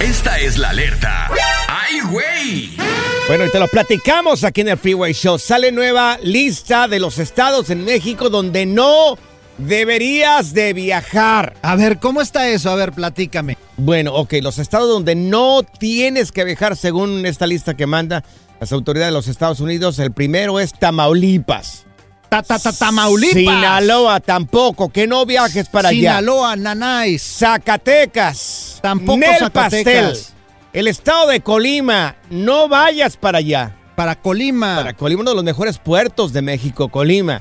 Esta es la alerta. ¡Ay, güey! Bueno, y te lo platicamos aquí en el Freeway Show. Sale nueva lista de los estados en México donde no deberías de viajar. A ver, ¿cómo está eso? A ver, platícame. Bueno, ok, los estados donde no tienes que viajar según esta lista que manda las autoridades de los Estados Unidos. El primero es Tamaulipas. Ta, ta, ta, Tamaulipas. Sinaloa tampoco, que no Ah, viajes para Sinaloa, allá. Sinaloa, Nanay. Zacatecas. Tampoco Nel Zacatecas. Pastel. El estado de Colima, no vayas para allá. Para Colima. Para Colima, uno de los mejores puertos de México, Colima.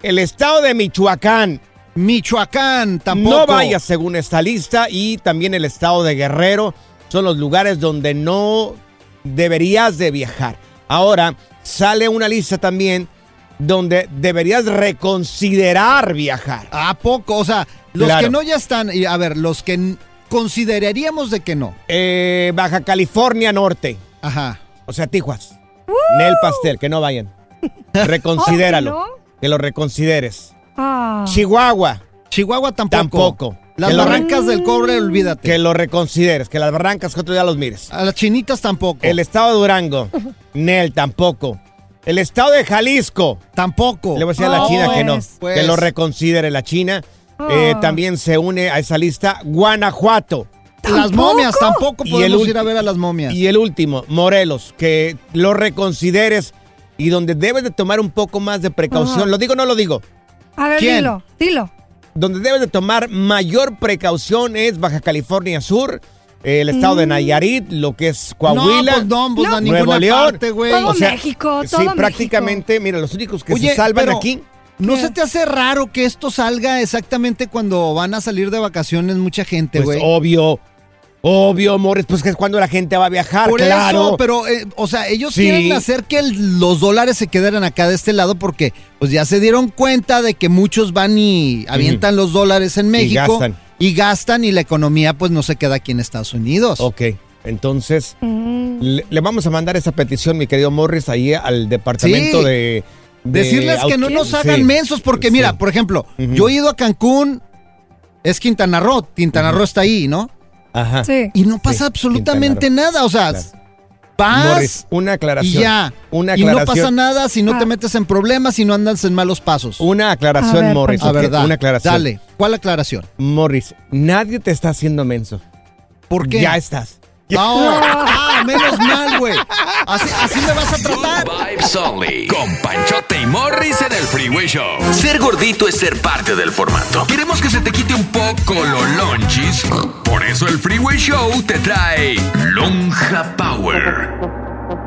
El estado de Michoacán. Michoacán, tampoco. No vayas según esta lista. Y también el estado de Guerrero. Son los lugares donde no deberías de viajar. Ahora, sale una lista también donde deberías reconsiderar viajar. ¿A poco? O sea, los Claro. que no ya están, y, a ver, los que n- consideraríamos de que no. Eh, Baja California Norte. Ajá. O sea, Tijuas. Nel Pastel, que no vayan. Reconsidéralo. Oh, Que lo reconsideres. Ah. Chihuahua, Chihuahua tampoco. Mm. Tampoco. Las Que lo- barrancas del cobre, olvídate. que lo reconsideres. Que las barrancas que otro día los mires. A las chinitas tampoco. El estado de Durango. Nel, tampoco. El estado de Jalisco. Tampoco. Le voy a decir a la Oh, China que no. pues, pues. Que lo reconsidere la China. Eh, Ah. también se une a esa lista Guanajuato. Las momias, tampoco Y podemos el ir a ulti- ver a las momias. Y el último, Morelos, que lo reconsideres y donde debes de tomar un poco más de precaución. Ajá. ¿Lo digo o no lo digo? A ver, ¿Quién? dilo, dilo. Donde debes de tomar mayor precaución es Baja California Sur, el estado de Nayarit, lo que es Coahuila. No, pues no, pues No. a Nuevo ninguna León. parte, güey. Todo México, sí, todo México. prácticamente, mira, los únicos que Oye, se salvan pero- aquí. ¿No ¿Qué? se te hace raro que esto salga exactamente cuando van a salir de vacaciones mucha gente, Pues Este güey? obvio, obvio, Morris, pues que es cuando la gente va a viajar, Por ah, claro. eso, pero, eh, o sea, ellos Sí. quieren hacer que el- los dólares se quedaran acá de este lado porque, pues, ya se dieron cuenta de que muchos van y avientan los dólares en México. gastan. Y gastan y la economía, pues, no se queda aquí en Estados Unidos. Ok, entonces Mm. le, le vamos a mandar esa petición, mi querido Morris, ahí al departamento Sí. de, de Decirles que no Outkick. nos hagan Sí. mensos porque, mira, Sí. por ejemplo, Ujú. yo he ido a Cancún, es Quintana Roo, Quintana Roo está ahí, ¿no? Ajá. Sí. Y no pasa Sí, absolutamente Quintana nada, o sea, Claro. vas... Morris, una y aclaración. ya. Una y no aclaración. pasa nada si no te Ah. metes en problemas, si no andas en malos pasos. Una A aclaración, ver, Morris. a ok, verdad. Una aclaración. Dale, ¿cuál aclaración? Morris, nadie te está haciendo menso. ¿Por qué? Ya estás. No. Ah, menos mal, güey. Así, así me vas a tratar. Good vibes only. Con Panchote y Morris en el Freeway Show. Ser gordito es ser parte del formato. Queremos que se te quite un poco los lonchis. Por eso el Freeway Show te trae Lonja Power.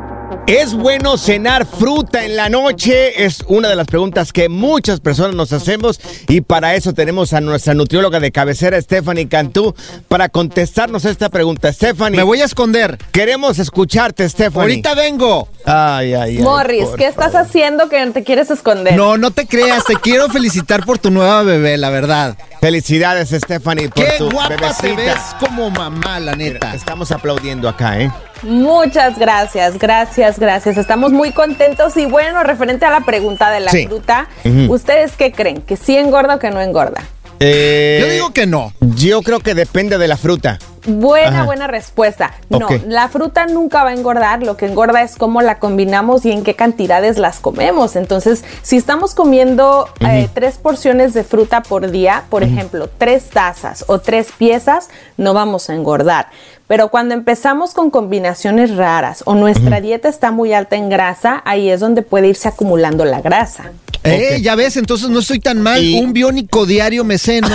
¿Es bueno cenar fruta en la noche? Es una de las preguntas que muchas personas nos hacemos y para eso tenemos a nuestra nutrióloga de cabecera, Stephanie Cantú, para contestarnos esta pregunta. Stephanie, Me voy a esconder. queremos escucharte, Stephanie. Ahorita vengo. Ay, ay, ay. Morris, por ¿qué estás favor. haciendo que te quieres esconder? No, no te creas. Te quiero felicitar por tu nueva bebé, la verdad. Felicidades, Stephanie, por Qué tu guapa te bebecita. ves como mamá, la neta. Estamos aplaudiendo acá, ¿eh? Muchas gracias, gracias, gracias. Estamos muy contentos y bueno, referente a la pregunta de la Sí. fruta, Ujú. ¿ustedes qué creen? ¿Que sí engorda o que no engorda? Eh, Yo digo que no. Yo creo que depende de la fruta. Buena, Ajá. buena respuesta. No, Ok. la fruta nunca va a engordar, lo que engorda es cómo la combinamos y en qué cantidades las comemos. Entonces, si estamos comiendo eh, tres porciones de fruta por día, por ejemplo, tres tazas o tres piezas, no vamos a engordar. Pero cuando empezamos con combinaciones raras o nuestra dieta está muy alta en grasa, ahí es donde puede irse acumulando la grasa. Eh, Ok. Ya ves, entonces no estoy tan mal. Y- Un biónico diario me ceno.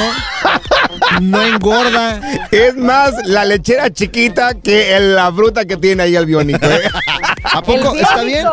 no engorda. Es más la lechera chiquita que el- la fruta que tiene ahí el biónico. ¿eh? ¿A poco El está bien?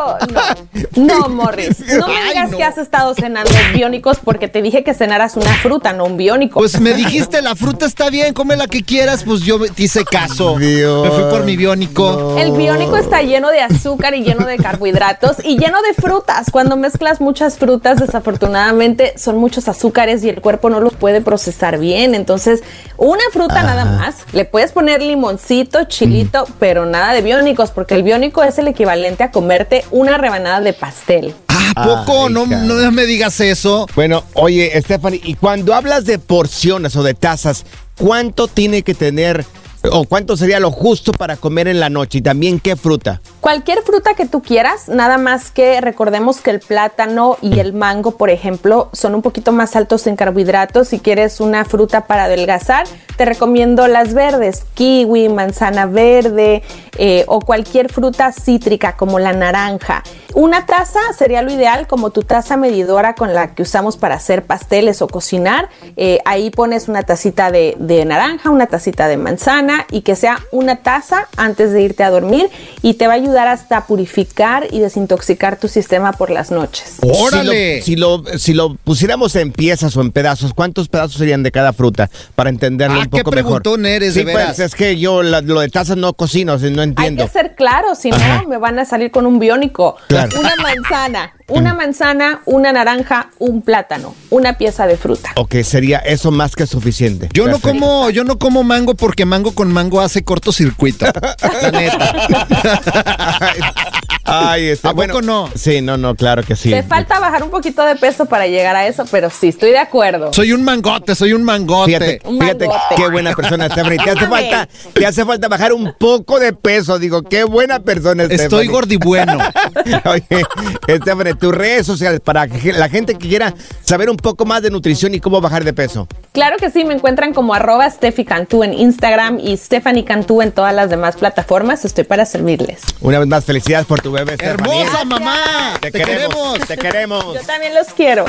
biónico, No, no, Morris. No me Ay, digas no. que has estado cenando biónicos porque te dije que cenaras una fruta, no un biónico. Pues me dijiste, la fruta está bien, come la que quieras, pues yo te hice caso. Dios. Me fui por mi biónico. El biónico está lleno de azúcar y lleno de carbohidratos y lleno de frutas. Cuando mezclas muchas frutas, desafortunadamente son muchos azúcares y el cuerpo no los puede procesar bien. Entonces, una fruta nada Ah. más. Le puedes poner limoncito, chilito, Mm. pero nada de biónicos, porque el biónico es el equivalente a comerte una rebanada de pastel. ¿A poco? Ay, no, caray. no me digas eso. Bueno, oye, Stephanie, y cuando hablas de porciones o de tazas, ¿cuánto tiene que tener o cuánto sería lo justo para comer en la noche? Y también, ¿qué fruta? Cualquier fruta que tú quieras, nada más que recordemos que el plátano y el mango, por ejemplo, son un poquito más altos en carbohidratos. Si quieres una fruta para adelgazar, te recomiendo las verdes, kiwi, manzana verde eh, o cualquier fruta cítrica como la naranja. Una taza sería lo ideal como tu taza medidora con la que usamos para hacer pasteles o cocinar. Eh, ahí pones una tacita de, de naranja, una tacita de manzana y que sea una taza antes de irte a dormir y te va a ayudar hasta a purificar y desintoxicar tu sistema por las noches. ¡Órale! Si lo, si lo, si lo pusiéramos en piezas o en pedazos, ¿cuántos pedazos serían de cada fruta? Para entenderlo Ah, un poco qué mejor. preguntón eres, sí, de veras. pues, es que yo la- lo de tazas no cocino, o sea, no Hay entiendo. que ser claro, si no me van a salir con un biónico. Claro. Mm. Una manzana, una manzana, una naranja, un plátano, una pieza de fruta. Ok, sería eso más que suficiente. Yo no Perfecto. como, yo no como mango porque mango con mango hace cortocircuito. La neta. Ay, este, ¿A poco bueno, no? Sí, no, no, claro que sí. Te falta bajar un poquito de peso para llegar a eso, pero sí, estoy de acuerdo. soy un mangote, soy un mangote. Fíjate, Un fíjate mangote. qué buena persona Stephanie. Te hace Ándale. falta, te hace falta bajar un poco de peso. Digo, qué buena persona Stephanie. Estoy gordibueno. Oye, Stephanie, tus redes sociales para que la gente que quiera saber un poco más de nutrición y cómo bajar de peso. Claro que sí, me encuentran como arroba Steffi Cantú en Instagram y Stephanie Cantú en todas las demás plataformas. Estoy para servirles. Una vez más, felicidades por tu bebé, Stephanie. Hermosa mamá. Te, queremos. Te queremos. Yo también los quiero.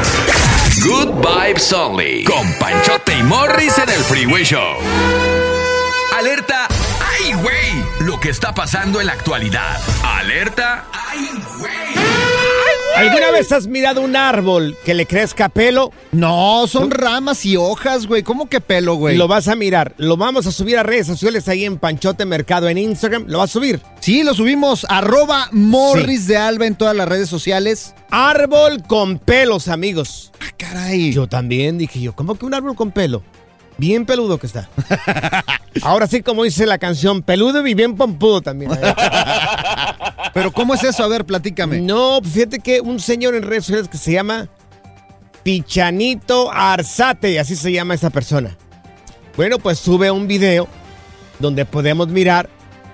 Good Vibes Only. Con Panchote y Morris en el Freeway Show. Alerta. ¡Ay, güey! Lo que está pasando en la actualidad. Alerta. ¡Ay, güey! ¿Alguna vez has mirado un árbol que le crezca pelo? No, son ramas y hojas, güey. ¿Cómo que pelo, güey? Lo vas a mirar. Lo vamos a subir a redes sociales ahí en Panchote Mercado en Instagram. Lo vas a subir. Sí, lo subimos. Arroba Morris de Alba en todas las redes sociales. Árbol con pelos, amigos. Ah, caray. Yo también dije yo, ¿cómo que un árbol con pelo? Bien peludo que está. Ahora sí, como dice la canción, peludo y bien pompudo también. Pero ¿cómo es eso? A ver, platícame. No, pues fíjate que un señor en redes sociales que se llama Pichanito Arzate, así se llama esa persona. Bueno, pues sube un video donde podemos mirar.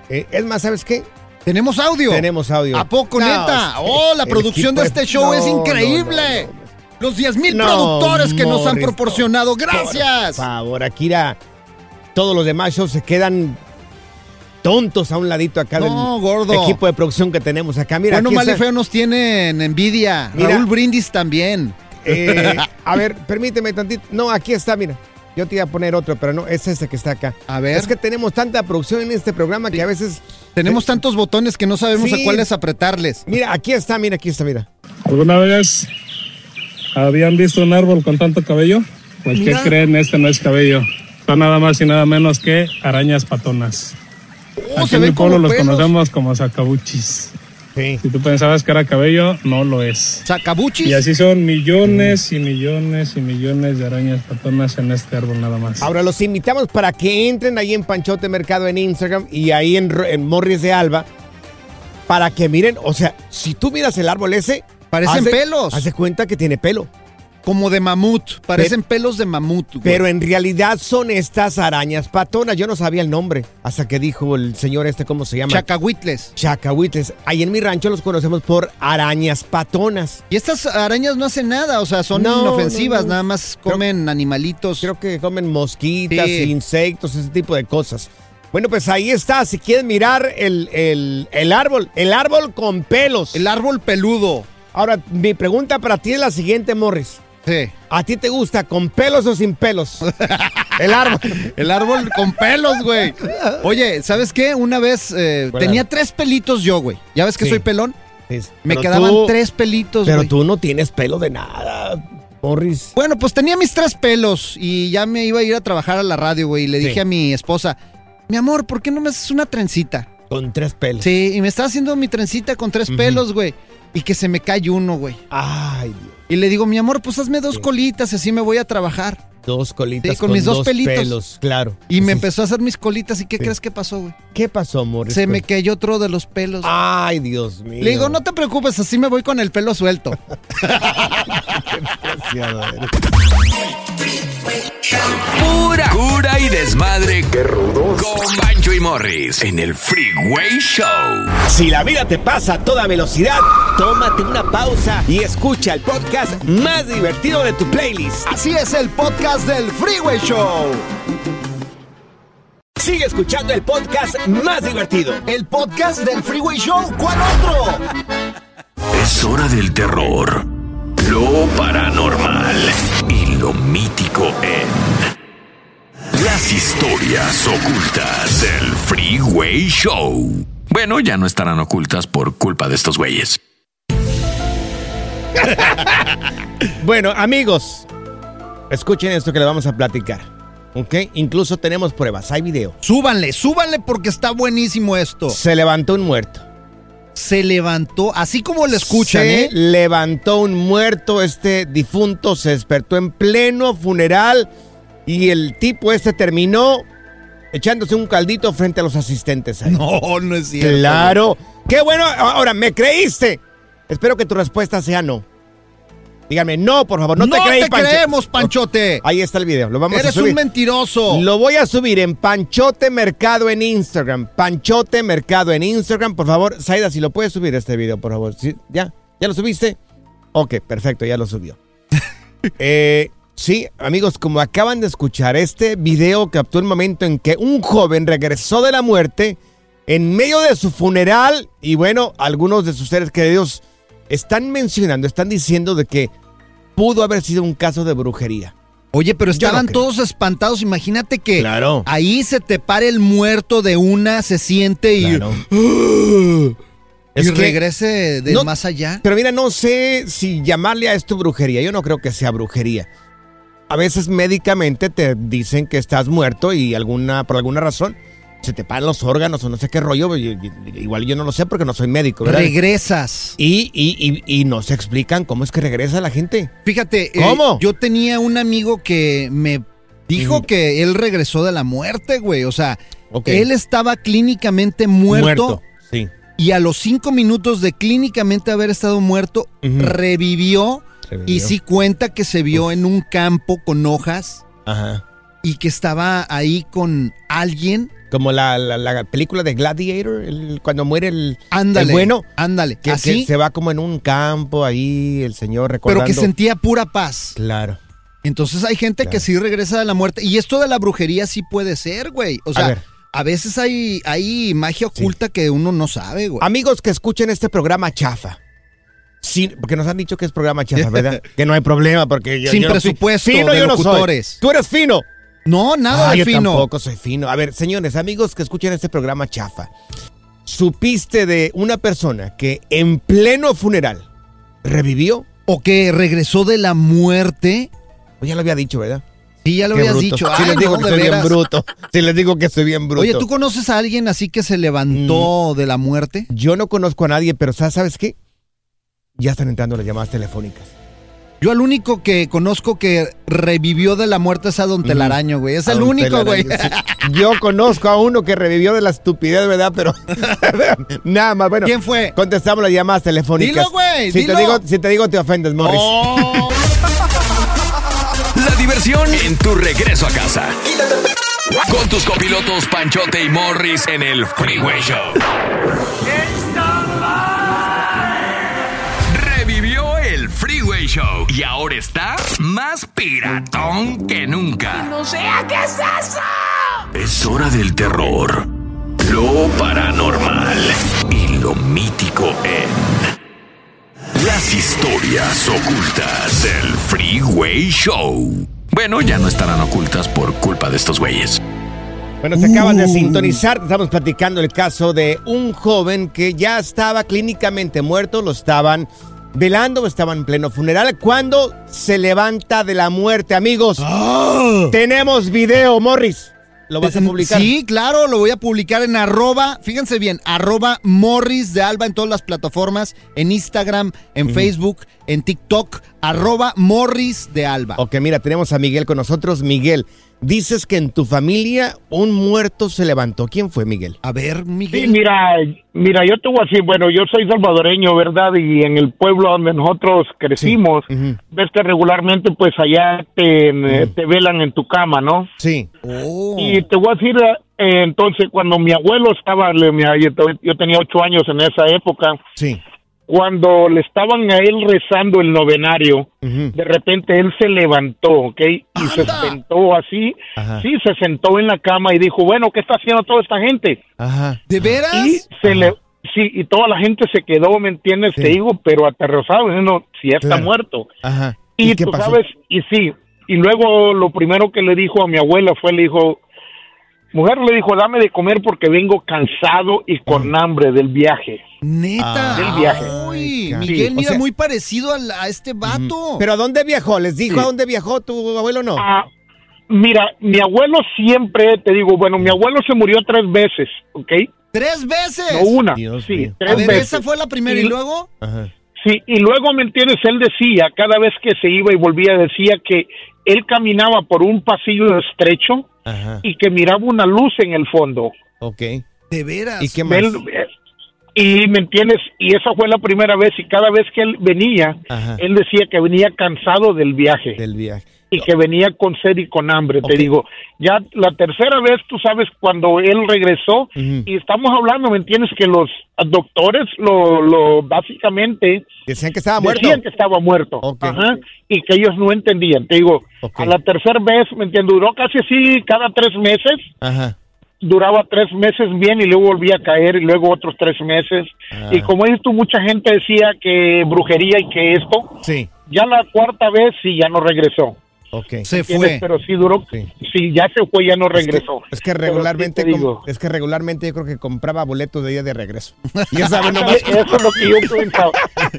eh, es más, ¿sabes qué? ¿Tenemos audio? Tenemos audio. ¿A poco, No, neta? sí. Oh, la El producción equipo de es- este show no, es no, increíble. no, no, Los 10 mil No, productores que nos han Morris, proporcionado. Gracias. Por favor, Akira. Todos los demás shows se quedan tontos a un ladito acá No, del gordo. equipo de producción que tenemos acá. Mira, bueno, aquí mal y está- feo nos tienen envidia. Mira. Raúl Brindis también. Eh, a ver, permíteme tantito. No, aquí está, mira. Yo te iba a poner otro, pero no, es este que está acá. A ver. Es que tenemos tanta producción en este programa que a veces. Tenemos tantos botones que no sabemos Sí. a cuáles apretarles. Mira, aquí está, mira, aquí está, mira. ¿Alguna vez habían visto un árbol con tanto cabello? Pues ¿qué creen? Este no es cabello. Son nada más y nada menos que arañas patonas. Oh, Aquí se en mi ven pueblo como los pelos. conocemos como sacabuchis. Sí. Si tú pensabas que era cabello, no lo es. Sacabuchis. Y así son millones y millones y millones de arañas patonas en este árbol nada más. Ahora los invitamos para que entren ahí en Panchote Mercado en Instagram y ahí en, Ro- en Morris de Alba para que miren. O sea, si tú miras el árbol ese. Parecen hace- pelos. Hace cuenta que tiene pelo. Como de mamut. Parecen pelos de mamut. güey. Pero en realidad son estas arañas patonas. Yo no sabía el nombre hasta que dijo el señor este, ¿cómo se llama? Chacahuitles. Chacahuitles. Ahí en mi rancho los conocemos por arañas patonas. Y estas arañas no hacen nada, o sea, son No, no, inofensivas, no. nada más comen animalitos. Creo que comen mosquitas, Sí. insectos, ese tipo de cosas. Bueno, pues ahí está. Si quieren mirar el, el- el árbol, el árbol con pelos. El árbol peludo. Ahora, mi pregunta para ti es la siguiente, Morris. Sí. ¿A ti te gusta con pelos o sin pelos? El árbol. El árbol con pelos, güey. Oye, ¿sabes qué? Una vez eh, Bueno. tenía tres pelitos yo, güey. ¿Ya ves que Sí. soy pelón? Es- Me pero quedaban tú- tres pelitos, Pero güey. tú no tienes pelo de nada, Morris. Bueno, pues tenía mis tres pelos y ya me iba a ir a trabajar a la radio, güey. Y le Sí. dije a mi esposa, mi amor, ¿por qué no me haces una trencita? Con tres pelos. Sí, y me está haciendo mi trencita con tres Ujú. pelos, güey. Y que se me cae uno, güey. Ay, Dios. Y le digo, mi amor, pues hazme dos Sí. colitas y así me voy a trabajar. Dos colitas. Sí, con mis dos pelitos. claro. Y me Sí. empezó a hacer mis colitas. ¿Y qué Sí. crees que pasó, güey? ¿Qué pasó, Morris? Se me cayó otro de los pelos. Ay, Dios mío. le digo, no te preocupes, así me voy con el pelo suelto. Pura cura y desmadre. ¡Qué rudos! Con Bancho y Morris en el Freeway Show. Si la vida te pasa a toda velocidad, tómate una pausa y escucha el podcast más divertido de tu playlist. Así es el podcast del Freeway Show. Sigue escuchando el podcast más divertido. El podcast del Freeway Show. ¿Cuál otro? Es hora del terror, lo paranormal y lo mítico en las historias ocultas del Freeway Show. Bueno, ya no estarán ocultas por culpa de estos güeyes. Bueno, amigos, escuchen esto que le vamos a platicar. ¿Ok? Incluso tenemos pruebas, hay video. Súbanle, súbanle porque está buenísimo esto. Se levantó un muerto. Se levantó, así como lo escuchan, se ¿eh? levantó un muerto, este difunto se despertó en pleno funeral y el tipo este terminó echándose un caldito frente a los asistentes. ahí. No, no es cierto. claro. Qué bueno, ahora me creíste. Espero que tu respuesta sea no. Dígame, no, por favor, no, No, te, te creí, Pancho. creemos, Panchote. Ahí está el video, lo vamos a Eres subir. un mentiroso. Lo voy a subir en Panchote Mercado en Instagram. Panchote Mercado en Instagram. Por favor, Saida, si lo puedes subir este video, por favor. ¿Sí? ¿Ya? ¿Ya lo subiste? Ok, perfecto, ya lo subió. Eh, sí, amigos, como acaban de escuchar, este video captó el momento en que un joven regresó de la muerte en medio de su funeral y bueno, algunos de sus seres queridos están mencionando, están diciendo de que pudo haber sido un caso de brujería. Oye, pero Yo no estaban creo. todos espantados. Imagínate que Claro. ahí se te pare el muerto de una, se siente y, Claro. y Es que- regrese de no- más allá. ¡Ah! Pero mira, no sé si llamarle a esto brujería. Yo no creo que sea brujería. A veces médicamente te dicen que estás muerto y alguna, por alguna razón se te paran los órganos o no sé qué rollo. y- y- Igual yo no lo sé porque no soy médico, ¿verdad? Regresas. y, y, y, y no se explican cómo es que regresa la gente. Fíjate, eh, ¿Cómo? yo tenía un amigo que me dijo Ujú. que él regresó de la muerte, güey. O sea, Ok. él estaba clínicamente muerto Sí. y a los cinco minutos de clínicamente haber estado muerto, Ujú. revivió y sí cuenta que se vio en un campo con hojas Ajá. y que estaba ahí con alguien. Como la, la- la película de Gladiator, el- cuando muere el. Ándale. El bueno, Ándale. Que, que así, se va como en un campo ahí, el señor recordando. ¿Ah, pero que sentía pura paz. Claro. Entonces hay gente que Claro. sí regresa de la muerte. Y esto de la brujería sí puede ser, güey. O sea, ver. a, veces hay, hay magia oculta que uno no sabe, güey. Amigos que escuchen este programa chafa. Sin, porque nos han dicho que es programa chafa, ¿verdad? que no hay problema porque yo, Sin yo no soy presupuesto fino, de yo no soy. locutores. Tú eres fino. No, Ah, nada de yo fino. tampoco soy fino. A ver, señores, amigos que escuchen este programa chafa. ¿Supiste de una persona que en pleno funeral revivió? O que regresó de la muerte. Pues ya lo había dicho, ¿verdad? Sí, ya lo Qué habías bruto. dicho. Si Ay, les digo no, que de soy bien veras. bruto. Si les digo que soy bien bruto. Oye, ¿tú conoces a alguien así que se Mm. levantó de la muerte? Yo no conozco a nadie, pero ¿sabes- ¿sabes qué? Ya están entrando las llamadas telefónicas. Yo al único que conozco que revivió de la muerte es a Don Telaraño, güey. Es A el Don único, güey. Telaraño, sí. Yo conozco a uno que revivió de la estupidez, ¿verdad? Pero nada más, bueno. ¿Quién fue? Contestamos las llamadas telefónicas. Dilo, güey, Si, dilo. Te digo, si te digo, te ofendes, Morris. Oh. La diversión en tu regreso a casa. Con tus copilotos Panchote y Morris en el Freeway Show. Revivió el Freeway Show y ahora está más piratón que nunca. ¡No sea qué es eso! Es hora del terror, lo paranormal y lo mítico en Las historias ocultas del Freeway Show. Bueno, ya no estarán ocultas por culpa de estos güeyes. Bueno, se acaban Uh. de sintonizar. Estamos platicando el caso de un joven que ya estaba clínicamente muerto. Lo estaban velando, estaba en pleno funeral. Cuando se levanta de la muerte, amigos. Tenemos video, Morris. ¿Lo vas a publicar? Ah. Sí, claro, lo voy a publicar en arroba, fíjense bien, arroba Morris de Alba en todas las plataformas, en Instagram, en Facebook, en TikTok, arroba Morris de Alba. Ah. Ok, mira, tenemos a Miguel con nosotros. Miguel, dices que en tu familia un muerto se levantó. ¿Quién fue, Miguel? A ver, Sí, Miguel. mira, mira, yo estuve así, bueno, yo soy salvadoreño, ¿verdad? Y en el pueblo donde nosotros crecimos, Ujú. ves que regularmente pues allá te, eh, te velan en tu cama, ¿no? Sí. Oh. Y te voy a decir, eh, entonces, cuando mi abuelo estaba, le- mi- yo te- yo tenía ocho años en esa época, Sí. cuando le estaban a él rezando el novenario, Ujú. de repente él se levantó, ¿ok? Y se sentó así, Ajá. sí, se sentó en la cama y dijo, bueno, ¿qué está haciendo toda esta gente? Ajá. ¿De veras? Y se le, sí, y toda la gente se quedó, ¿me entiendes? Sí. Te digo, pero aterrorizado, diciendo, si ya está Claro. muerto. Ajá. Y, tú sabes, y sí, y luego lo primero que le dijo a mi abuela fue, le dijo, mujer le dijo, dame de comer porque vengo cansado y con hambre del viaje. Neta. Ah. Del viaje. Uy, Ay, Miguel, sí, o mira, sea- muy parecido al- a, este vato. ¿Pero a dónde viajó? ¿Les dijo a dónde viajó tu abuelo o no? Ah, mira, mi abuelo siempre, te digo, bueno, mi abuelo se murió tres veces, ¿ok? ¡Tres veces! No una, Dios sí, mío. a tres ver, veces. esa fue la primera y, Y- luego... Ajá. Sí, y luego, ¿me entiendes? Él decía, cada vez que se iba y volvía, decía que él caminaba por un pasillo estrecho Ajá. y que miraba una luz en el fondo. Ok. ¿De veras? ¿Y qué más? Él, eh, y me entiendes, y esa fue la primera vez y cada vez que él venía, Ajá. él decía que venía cansado del viaje Del viaje. y que venía con sed y con hambre, Ok. te digo. Ya la tercera vez, tú sabes, cuando él regresó, Ujú. y estamos hablando, ¿me entiendes? Que los doctores lo, lo básicamente Decían que estaba muerto. decían que estaba muerto. Ok. Ajá, y que ellos no entendían, te digo. Ok. A la tercera vez, ¿me entiendes? Duró casi así cada tres meses Ajá. duraba tres meses bien y luego volvía a caer y luego otros tres meses. Ah. Y como dices tú, mucha gente decía que brujería y que esto, Sí. ya la cuarta vez sí ya no regresó. Ok. Se ¿Entiendes? fue. Pero sí duró, Sí. sí. ya se fue, ya no Es que- regresó. Es que, Pero sí regularmente te com- digo, es que regularmente yo creo que compraba boletos de día de regreso. Ya saben nomás. Eso es lo que yo pensaba.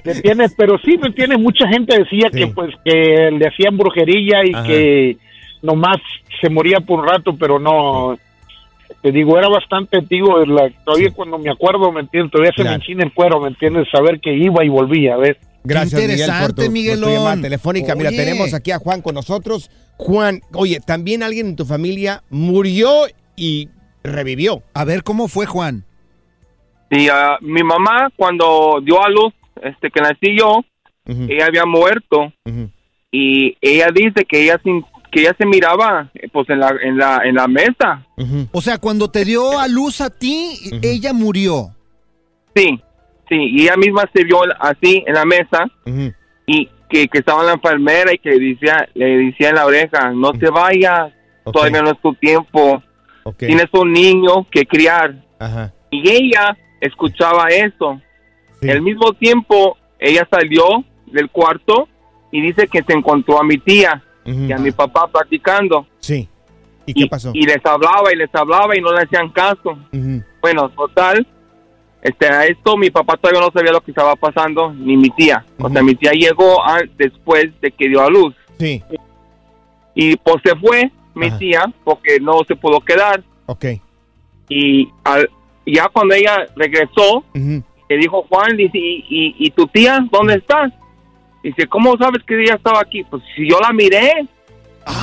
¿Me entiendes? Pero sí, ¿me entiendes? Mucha gente decía Sí. que pues que le hacían brujería y Ajá. que nomás se moría por un rato, pero no. Te digo, era bastante antiguo. la- todavía cuando me acuerdo, ¿me entiendes? Todavía se Claro. me enchina el cuero, ¿me entiendes? Saber que iba y volvía, ¿ves? Gracias, Qué Miguel, por tu, por tu interesante, llamada Miguelón. telefónica. Mira, Oye. tenemos aquí a Juan con nosotros. Juan, oye, también alguien en tu familia murió y revivió. A ver, ¿cómo fue, Juan? Y ah, mi mamá, cuando dio a luz, este, que nací yo, Ujú, ella había muerto ujú. y ella dice que ella, sin- que ella se miraba eh, pues en la, en la, en la mesa. Ujú. O sea, cuando te dio a luz a ti, Ujú. ella murió. Sí, sí, y ella misma se vio así en la mesa Ujú. y que, que estaba la enfermera y que decía, le decía en la oreja, no te vayas, Mm. Ok, todavía no es tu tiempo, ok, tienes un niño que criar. Ajá. Y ella escuchaba eso. sí. Al mismo tiempo, ella salió del cuarto y dice que se encontró a mi tía. Ujú, y a mi papá platicando. Sí. ¿Y qué pasó? y les hablaba y les hablaba y no le hacían caso. Ujú. Bueno, total, este, a esto mi papá todavía no sabía lo que estaba pasando, ni mi tía. O sea, Ujú. mi tía llegó a- después de que dio a luz. Sí, Y pues se fue mi Ajá. tía porque no se pudo quedar. ok. Y al- ya cuando ella regresó, Ujú. le dijo Juan, dice, ¿y, y, y tu tía dónde está? Dice, ¿cómo sabes que ella estaba aquí? Pues si yo la miré.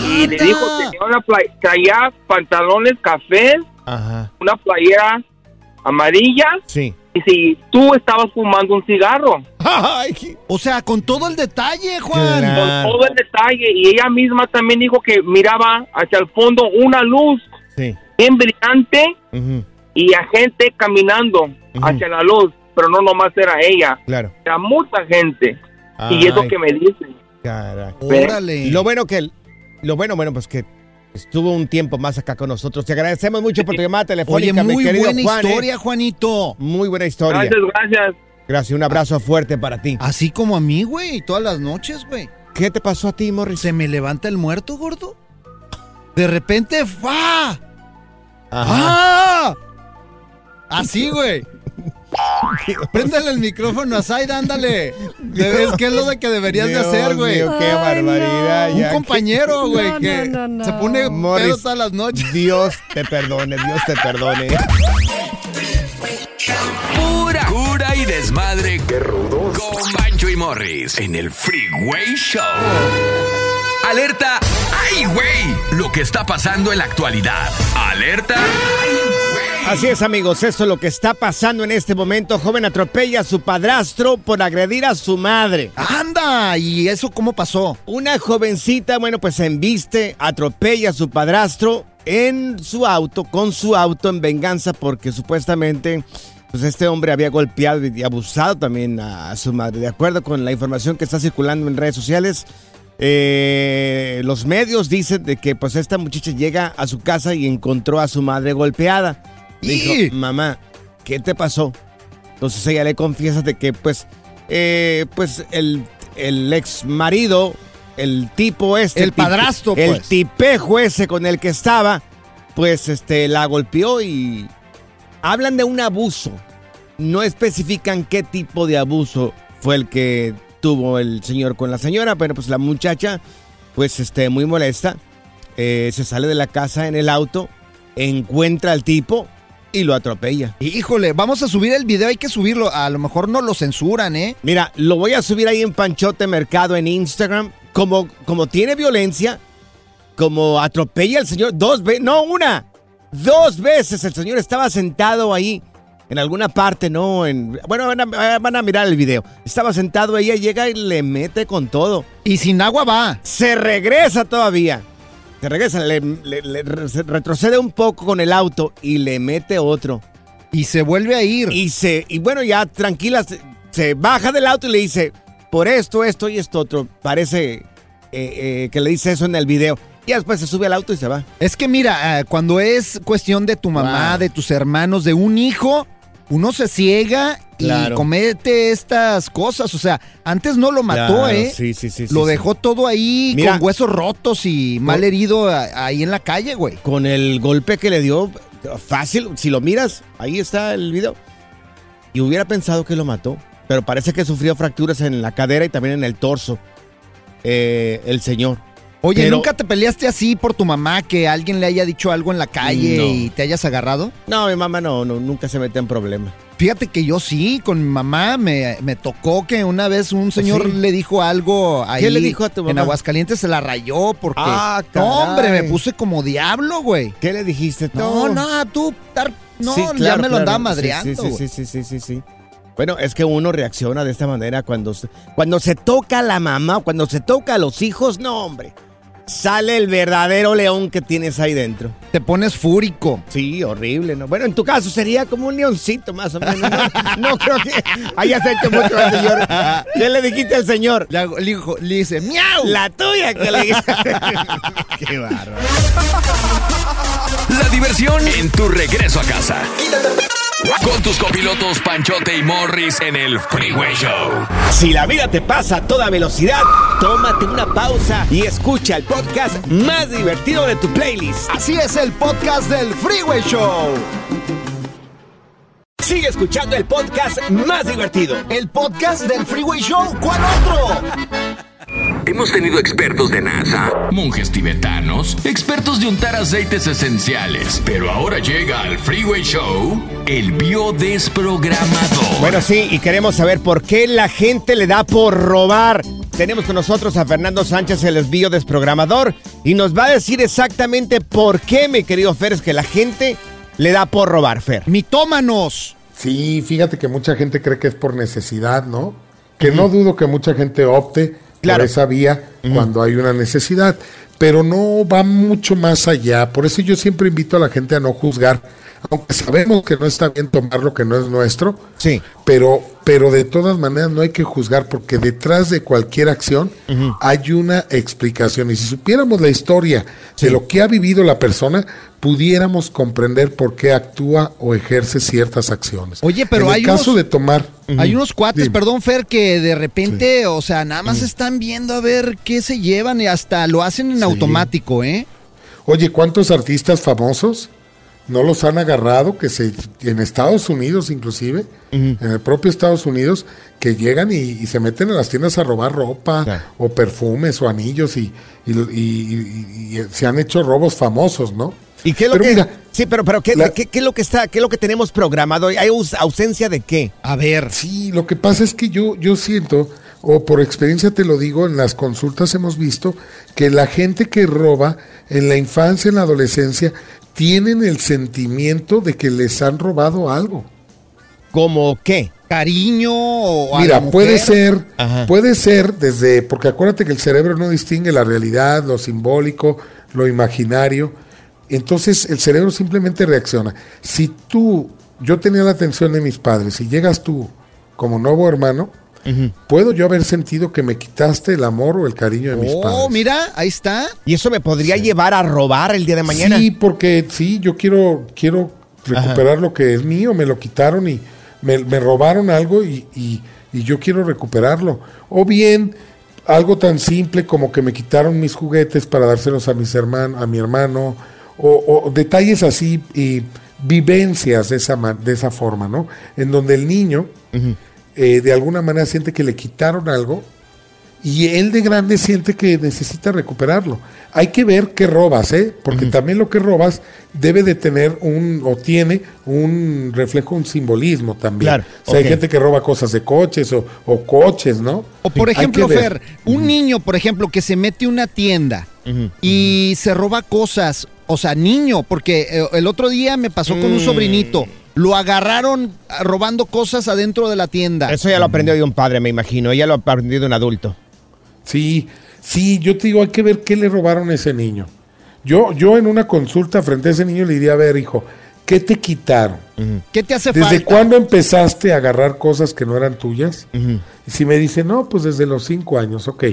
Y le ¡Anda! dijo, tenía una play- traía pantalones cafés Ajá, una playera amarilla sí. y si tú estabas fumando un cigarro Ay, O sea, con todo el detalle, Juan. Claro. Ah. con todo el detalle y ella misma también dijo que miraba hacia el fondo una luz sí. bien brillante Ujú, y a gente caminando hacia la luz pero no nomás era ella Claro. era mucha gente y es lo Ay, que me dicen caray. Órale. Lo bueno que lo bueno, bueno, pues que estuvo un tiempo más acá con nosotros. Te agradecemos mucho por tu llamada Oye, telefónica, mi muy querido buena Juan, ¿eh? historia, Juanito. Muy buena historia. gracias gracias Gracias, un abrazo fuerte para ti. Así como a mí, güey, todas las noches, güey. ¿Qué te pasó a ti, Morris? Se me levanta el muerto, gordo. De repente, ¡fa! Ajá. ¡Ah! Así, güey. Préndale el micrófono a Zaida, ándale. De- Es que es lo de que deberías de Dios hacer, güey. mío, qué Ay, barbaridad. no. Un ya. compañero, güey, No, que no, no, no. se pone pedo Morris. todas las noches. Dios te perdone, Dios te perdone. Pura cura y desmadre. Qué rudos. Con Bancho y Morris en el Freeway Show. Alerta. ¡Ay, güey! Lo que está pasando en la actualidad. Alerta. ¡Ay, güey! Así es, amigos, esto es lo que está pasando en este momento. Joven atropella a su padrastro por agredir a su madre. Anda, ¿y eso cómo pasó? Una jovencita, bueno, pues se embiste, atropella a su padrastro en su auto, con su auto en venganza, porque supuestamente pues este hombre había golpeado y abusado también a, a su madre. De acuerdo con la información que está circulando en redes sociales, eh, los medios dicen de que pues esta muchacha llega a su casa y encontró a su madre golpeada. ¡Y! Dijo, mamá, ¿qué te pasó? Entonces ella le confiesa de que pues, eh, pues el, el ex marido, el tipo este. El tipe- padrastro, El pues. tipejo ese con el que estaba, pues este, la golpeó y hablan de un abuso. No especifican qué tipo de abuso fue el que tuvo el señor con la señora, pero pues la muchacha, pues este, muy molesta, eh, se sale de la casa en el auto, encuentra al tipo y lo atropella. Híjole, vamos a subir el video, hay que subirlo. A lo mejor no lo censuran, ¿eh? Mira, lo voy a subir ahí en Panchote Mercado en Instagram. Como, como tiene violencia, como atropella al señor dos veces, no una, dos veces el señor estaba sentado ahí en alguna parte, no, en, bueno, van a, van a mirar el video. Estaba sentado, ella llega y le mete con todo. Y sin agua va. Se regresa todavía. Se regresa, le- le- le- re- se retrocede un poco con el auto y le mete otro. Y se vuelve a ir. Y se, y bueno, ya tranquila, se, se baja del auto y le dice, por esto, esto y esto otro. Parece eh, eh, que le dice eso en el video. Y después se sube al auto y se va. Es que mira, eh, cuando es cuestión de tu mamá, Wow. de tus hermanos, de un hijo, uno se ciega y Claro. comete estas cosas. O sea, antes no lo mató, Claro, ¿eh? sí, sí, sí, Lo sí, dejó todo ahí Mira. con huesos rotos y mal herido a- ahí en la calle, güey. Con el golpe que le dio, fácil, si lo miras, ahí está el video. Y hubiera pensado que lo mató, pero parece que sufrió fracturas en la cadera y también en el torso. eh, el señor. Oye, Pero- ¿nunca te peleaste así por tu mamá que alguien le haya dicho algo en la calle No. y te hayas agarrado? No, mi mamá no, no, nunca se mete en problemas. Fíjate que yo sí, con mi mamá me, me tocó que una vez un señor ¿Sí? le dijo algo ahí. le dijo a tu En mamá? Aguascalientes se la rayó porque. Ah, no, hombre, me caray. puse como diablo, güey. ¿Qué le dijiste? tú? No, no, tú. tar- no, Sí, ya claro, me lo claro. andaba Sí, madreando. Sí, sí, güey. sí, sí, sí, sí. Bueno, es que uno reacciona de esta manera cuando se, cuando se toca a la mamá o cuando se toca a los hijos, no, hombre. Sale el verdadero león que tienes ahí dentro. Te pones fúrico. Sí, horrible, ¿no? Bueno, en tu caso sería como un leoncito más o menos. No, No creo que hayas hecho mucho al señor. ¿Qué le dijiste al señor? Le, hago- le dijo- le dice, ¡miau! La tuya que le dijiste. Qué bárbaro. La diversión en tu regreso a casa. Con tus copilotos Panchote y Morris en el Freeway Show. Si la vida te pasa a toda velocidad, tómate una pausa y escucha el podcast más divertido de tu playlist. Así es el podcast del Freeway Show. Sigue escuchando el podcast más divertido. El podcast del Freeway Show. ¿Cuál otro? Hemos tenido expertos de NASA, monjes tibetanos, expertos de untar aceites esenciales. Pero ahora llega al Freeway Show el biodesprogramador. Bueno, sí, y queremos saber por qué la gente le da por robar. Tenemos con nosotros a Fernando Sánchez, el desvío desprogramador, y nos va a decir exactamente por qué, mi querido Fer, es que la gente le da por robar, Fer. Mitómanos. Sí, fíjate que mucha gente cree que es por necesidad, ¿no? Que no dudo que mucha gente opte Claro. por esa vía, cuando hay una necesidad, pero no va mucho más allá. Por eso yo siempre invito a la gente a no juzgar, aunque sabemos que no está bien tomar lo que no es nuestro, Sí. pero, pero de todas maneras no hay que juzgar porque detrás de cualquier acción hay una explicación. Y si supiéramos la historia de lo que ha vivido la persona, pudiéramos comprender por qué actúa o ejerce ciertas acciones. Oye, pero en hay el caso unos- de tomar. Hay unos cuates, Dime. perdón, Fer, que de repente, o sea, nada más están viendo a ver qué se llevan y hasta lo hacen en automático, ¿eh? Oye, ¿cuántos artistas famosos no los han agarrado? Que se en Estados Unidos, inclusive, en el propio Estados Unidos, que llegan y, y se meten a las tiendas a robar ropa Claro. o perfumes o anillos y, y- y- y- y se han hecho robos famosos, ¿no? ¿Y qué es lo Pero que mira, Sí, pero pero ¿qué, la- qué- qué es lo que está qué es lo que tenemos programado? ¿Hay aus- ausencia de qué? A ver. Sí, lo que pasa es que yo, yo siento, o por experiencia te lo digo, en las consultas hemos visto que la gente que roba en la infancia, en la adolescencia, tienen el sentimiento de que les han robado algo. ¿Cómo qué? Cariño o a la Mira, mujer. puede ser, Ajá. puede ser desde, porque acuérdate que el cerebro no distingue la realidad, lo simbólico, lo imaginario. Entonces el cerebro simplemente reacciona. Si tú, yo tenía la atención de mis padres, si llegas tú como nuevo hermano, puedo yo haber sentido que me quitaste el amor o el cariño de mis padres. Oh, mira, ahí está. ¿Y eso me podría llevar a robar el día de mañana? Sí, porque sí, yo quiero, quiero recuperar lo que es mío, me lo quitaron y me, me robaron algo y, y- y yo quiero recuperarlo. O bien algo tan simple como que me quitaron mis juguetes para dárselos a mis hermanos, a mi hermano, o, o detalles así y vivencias de esa ma- de esa forma, ¿no? En donde el niño eh, de alguna manera siente que le quitaron algo y él de grande siente que necesita recuperarlo. Hay que ver qué robas, ¿eh? Porque también lo que robas debe de tener un, o tiene un reflejo, un simbolismo también. Claro, O sea, ok. hay gente que roba cosas de coches o, o coches, ¿no? O por Hay que ejemplo, ver. Fer, un niño, por ejemplo, que se mete a una tienda y se roba cosas, o sea, niño, porque eh, el otro día me pasó con un sobrinito, lo agarraron ah, robando cosas adentro de la tienda. Ah, Eso ya lo aprendió de un padre, me imagino. Ya lo aprendió de un adulto. Sí, sí, yo te digo, hay que ver qué le robaron a ese niño. Yo, yo en una consulta frente a ese niño le diría, a ver, hijo, ¿qué te quitaron? ¿Qué te hace ¿Desde falta? cuándo empezaste a agarrar cosas que no eran tuyas? Y si me dice, no, pues desde los cinco años, ok.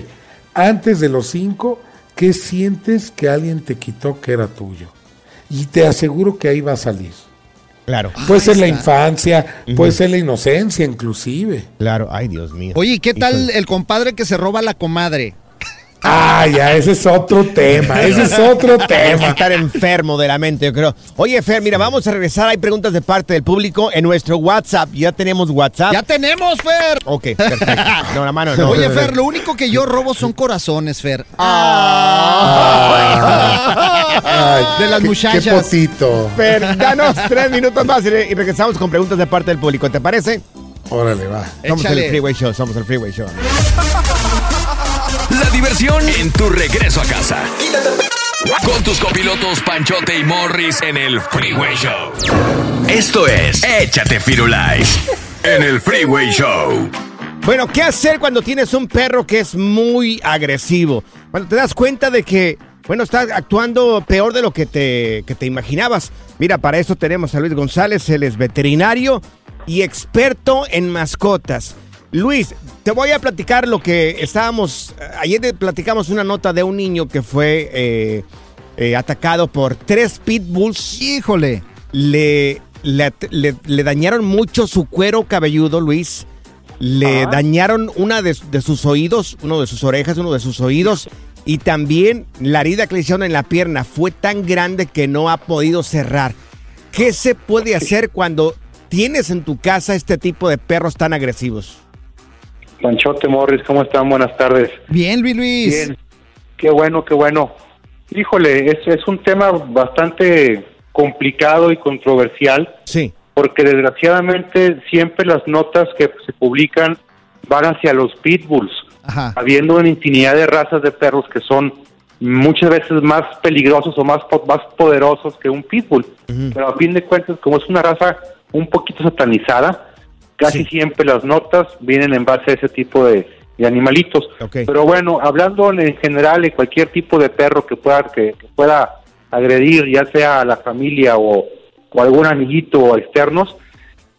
Antes de los cinco, ¿qué sientes que alguien te quitó que era tuyo? Y te aseguro que ahí va a salir. Claro, Pues Puede ser la infancia, puede ser la inocencia inclusive. claro. Ay, Dios mío. Oye, ¿y ¿qué tal Híjole. el compadre que se roba a la comadre? Ah, ya, ese es otro tema, ese es otro Tienes que tema. estar enfermo de la mente, yo creo. Oye, Fer, mira, vamos a regresar. Hay preguntas de parte del público en nuestro WhatsApp. Ya tenemos WhatsApp. ¡Ya tenemos, Fer! Ok, perfecto. No, la mano no. Oye, Fer, lo único que yo robo son corazones, Fer. Ah. Ah. Ay, de las qué- muchachas. Qué potito. Fer, danos tres minutos más y re- y regresamos con preguntas de parte del público. ¿Te parece? Órale, va. Somos Échale. el Freeway Show, somos el Freeway Show. La diversión en tu regreso a casa. Con tus copilotos Panchote y Morris en el Freeway Show. Esto es Échate Firulais en el Freeway Show. Bueno, ¿qué hacer cuando tienes un perro que es muy agresivo? Cuando te das cuenta de que, bueno, está actuando peor de lo que te, que te imaginabas. Mira, para eso tenemos a Luis González, él es veterinario y experto en mascotas. Luis, te voy a platicar lo que estábamos, eh, ayer te platicamos una nota de un niño que fue eh, eh, atacado por tres pitbulls Híjole. le, le, at- le- le dañaron mucho su cuero cabelludo, Luis. Le dañaron una de, de sus oídos, uno de sus orejas, uno de sus oídos. Y también la herida que le hicieron en la pierna fue tan grande que no ha podido cerrar. ¿Qué se puede hacer cuando tienes en tu casa este tipo de perros tan agresivos? Panchote Morris, ¿cómo están? Buenas tardes. Bien, Luis Luis. Bien. Qué bueno, qué bueno. Híjole, es, es un tema bastante complicado y controversial Sí. porque desgraciadamente siempre las notas que se publican van hacia los pitbulls, Ajá. habiendo una infinidad de razas de perros que son muchas veces más peligrosos o más, po- más poderosos que un pitbull. Pero a fin de cuentas, como es una raza un poquito satanizada, casi siempre las notas vienen en base a ese tipo de, y animalitos. Ok. Pero bueno, hablando en general de cualquier tipo de perro que pueda, que, que pueda agredir, ya sea a la familia o, o algún amiguito o externos,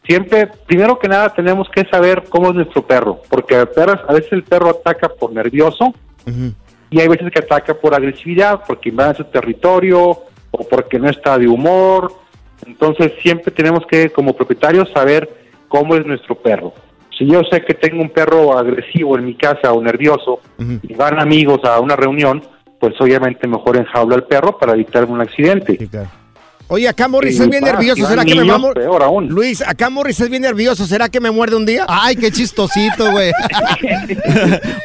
siempre, primero que nada, tenemos que saber cómo es nuestro perro, porque a perras- a veces el perro ataca por nervioso, y hay veces que ataca por agresividad, porque invade su territorio o porque no está de humor. Entonces siempre tenemos que, como propietarios, saber cómo es nuestro perro. Si yo sé que tengo un perro agresivo en mi casa o nervioso y van amigos a una reunión, pues obviamente mejor enjaula al perro para evitar un accidente. Oye, acá Morris Sí, es bien pa, si nervioso. van ¿Será que me va a niños, mor- peor aún. Luis, acá Morris es bien nervioso. ¿Será que me muerde un día? Ay, qué chistosito, güey.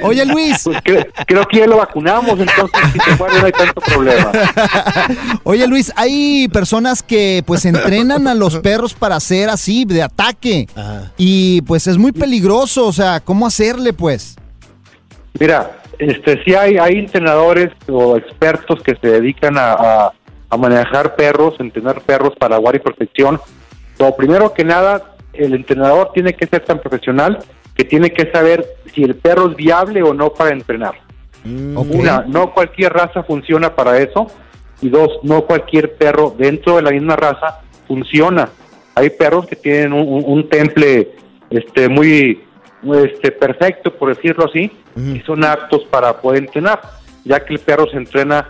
Oye, Luis, Pues cre- creo que ya lo vacunamos, entonces si se muere no hay tanto problema. oye, Luis, hay personas que pues entrenan a los perros para hacer así, de ataque. Y pues es muy peligroso, o sea, ¿cómo hacerle, pues? Mira, este, sí hay, hay entrenadores o expertos que se dedican a, a- a manejar perros, entrenar perros para guardia y protección. Pero primero que nada, el entrenador tiene que ser tan profesional que tiene que saber si el perro es viable o no para entrenar. Ok. Mm. Una, no cualquier raza funciona para eso. Y dos, no cualquier perro dentro de la misma raza funciona. Hay perros que tienen un, un- un temple este, muy este, perfecto, por decirlo así, y son aptos para poder entrenar, ya que el perro se entrena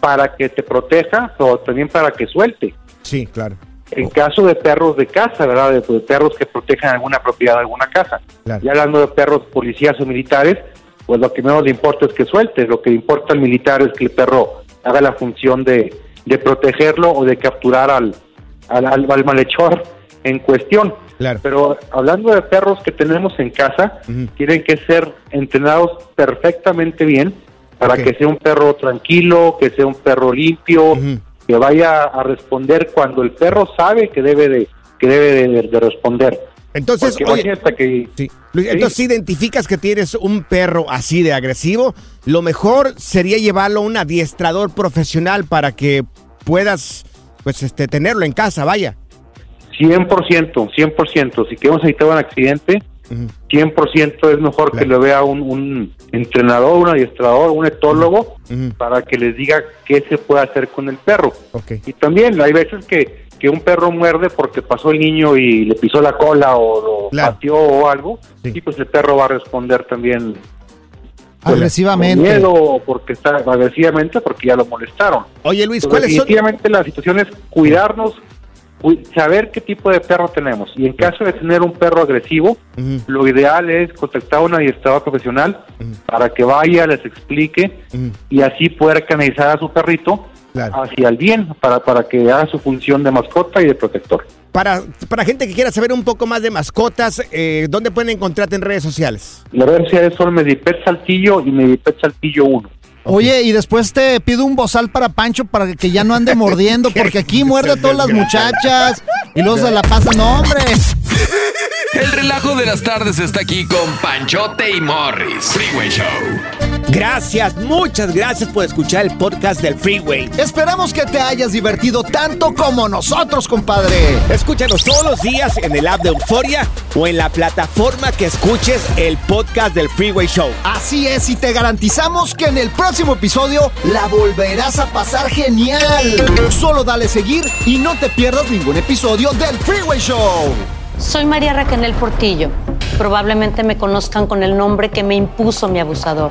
para que te proteja o también para que suelte. Sí, claro. En caso de perros de casa, ¿verdad? De, de perros que protejan alguna propiedad de alguna casa. Claro. Y hablando de perros policías o militares, pues lo que menos le importa es que suelte. Lo que le importa al militar es que el perro haga la función de, de protegerlo o de capturar al, al, al- al malhechor en cuestión. Claro. Pero hablando de perros que tenemos en casa, tienen que ser entrenados perfectamente bien para Ok. que sea un perro tranquilo, que sea un perro limpio, que vaya a responder cuando el perro sabe que debe de que debe de, de responder. Entonces, Porque Pues, oye, imagínate que Sí. Luis, Entonces, si identificas que tienes un perro así de agresivo, lo mejor sería llevarlo a un adiestrador profesional para que puedas, pues, este, tenerlo en casa, vaya. 100%, 100%, si queremos evitar un accidente, 100% es mejor que lo vea un, un entrenador, un adiestrador, un etólogo, para que les diga qué se puede hacer con el perro. Ok. Y también hay veces que, que un perro muerde porque pasó el niño y le pisó la cola o lo Claro. pateó o algo, Sí. y pues el perro va a responder también pues, Agresivamente. Con miedo o porque está agresivamente porque ya lo molestaron. Oye, Luis, Entonces, Pues, ¿cuáles son? definitivamente la situación es cuidarnos, cu- saber qué tipo de perro tenemos. Y en caso de tener un perro agresivo, Ujú. lo ideal es contactar a un adiestrador profesional para que vaya, les explique Ujú. y así poder canalizar a su perrito Claro. hacia el bien para, para que haga su función de mascota y de protector. Para, para gente que quiera saber un poco más de mascotas, eh, ¿dónde pueden encontrarte en redes sociales? Las redes sociales son Medipet Saltillo y Medipet Saltillo 1. Oye, y después te pido un bozal para Pancho para que ya no ande mordiendo, porque aquí muerde a todas las muchachas y luego se la pasan, no, hombre. El relajo de las tardes está aquí con Panchote y Morris. Freeway Show. Gracias, muchas gracias por escuchar el podcast del Freeway. Esperamos que te hayas divertido tanto como nosotros, compadre. Escúchanos todos los días en el app de Euforia o en la plataforma que escuches el podcast del Freeway Show. Así es, y te garantizamos que en el próximo episodio la volverás a pasar genial. Solo dale seguir y no te pierdas ningún episodio del Freeway Show. Soy María Raquel Portillo. Probablemente me conozcan con el nombre que me impuso mi abusador,